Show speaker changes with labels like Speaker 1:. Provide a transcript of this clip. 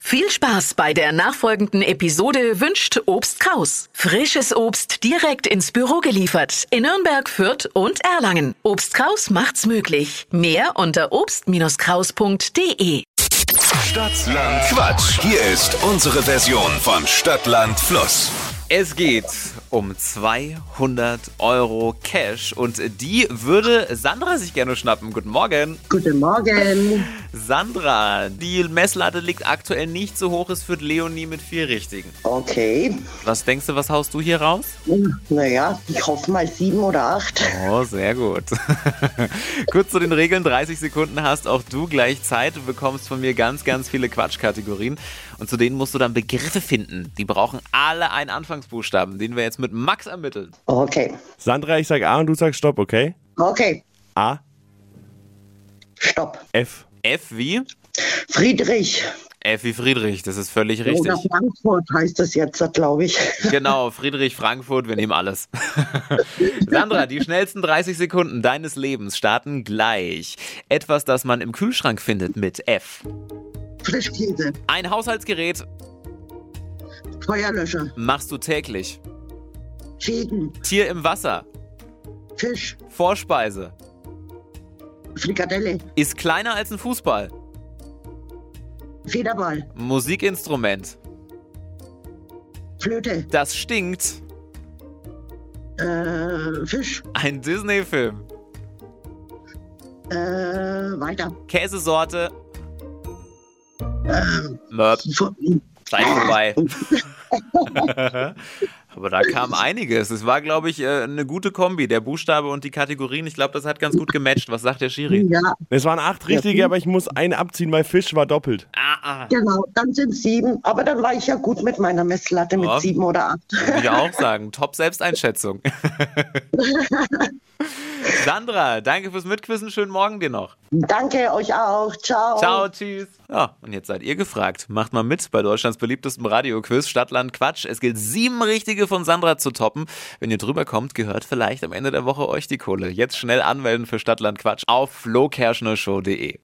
Speaker 1: Viel Spaß bei der nachfolgenden Episode wünscht Obst Kraus. Frisches Obst direkt ins Büro geliefert in Nürnberg, Fürth und Erlangen. Obst Kraus macht's möglich. Mehr unter obst-kraus.de.
Speaker 2: Stadtland Quatsch. Hier ist unsere Version von Stadtland Fluss.
Speaker 3: Es geht um 200 Euro Cash und die würde Sandra sich gerne schnappen. Guten Morgen.
Speaker 4: Guten Morgen.
Speaker 3: Sandra, die Messlatte liegt aktuell nicht so hoch, es führt Leonie mit vier Richtigen.
Speaker 4: Okay.
Speaker 3: Was denkst du, was haust du hier raus?
Speaker 4: Naja, ich hoffe mal sieben oder acht.
Speaker 3: Oh, sehr gut. Kurz zu den Regeln. 30 Sekunden hast auch du gleich Zeit. Du bekommst von mir ganz, ganz viele Quatschkategorien. Und zu denen musst du dann Begriffe finden. Die brauchen alle einen Anfangsbuchstaben, den wir jetzt mit Max ermitteln.
Speaker 4: Okay.
Speaker 5: Sandra, ich sag A und du sagst Stopp, okay?
Speaker 4: Okay.
Speaker 5: A,
Speaker 4: Stopp.
Speaker 5: F,
Speaker 3: F wie?
Speaker 4: Friedrich.
Speaker 3: F wie Friedrich, das ist völlig richtig.
Speaker 4: Oder Frankfurt heißt es jetzt, glaube ich.
Speaker 3: Genau, Friedrich Frankfurt, wir nehmen alles. Sandra, die schnellsten 30 Sekunden deines Lebens starten gleich. Etwas, das man im Kühlschrank findet mit F.
Speaker 4: Frischkäse.
Speaker 3: Ein Haushaltsgerät
Speaker 4: Feuerlöscher.
Speaker 3: machst du täglich.
Speaker 4: Fegen.
Speaker 3: Tier im Wasser.
Speaker 4: Fisch.
Speaker 3: Vorspeise.
Speaker 4: Frikadelle.
Speaker 3: Ist kleiner als ein Fußball.
Speaker 4: Federball.
Speaker 3: Musikinstrument.
Speaker 4: Flöte.
Speaker 3: Das stinkt.
Speaker 4: Äh, Fisch.
Speaker 3: Ein Disney-Film.
Speaker 4: Äh, weiter.
Speaker 3: Käsesorte. Mörb.
Speaker 4: Fu-
Speaker 3: Sei vorbei. Aber da kam einiges. Es war, glaube ich, äh, eine gute Kombi, der Buchstabe und die Kategorien. Ich glaube, das hat ganz gut gematcht. Was sagt der Schiri?
Speaker 4: Ja,
Speaker 5: es waren acht richtige, aber ich muss einen abziehen, weil Fisch war doppelt.
Speaker 3: Ah, ah.
Speaker 4: genau. Dann sind sieben. Aber dann war ich ja gut mit meiner Messlatte mit
Speaker 3: Ja.
Speaker 4: sieben oder acht.
Speaker 3: Würde ich auch sagen. Top Selbsteinschätzung. Sandra, danke fürs Mitquissen. Schönen Morgen dir noch.
Speaker 4: Danke euch auch. Ciao.
Speaker 3: Ciao, tschüss. Ja, und jetzt seid ihr gefragt. Macht mal mit bei Deutschlands beliebtestem Radioquiz Stadtland Quatsch. Es gilt sieben richtige von Sandra zu toppen. Wenn ihr drüber kommt, gehört vielleicht am Ende der Woche euch die Kohle. Jetzt schnell anmelden für Stadtland Quatsch auf flokerschnershow.de.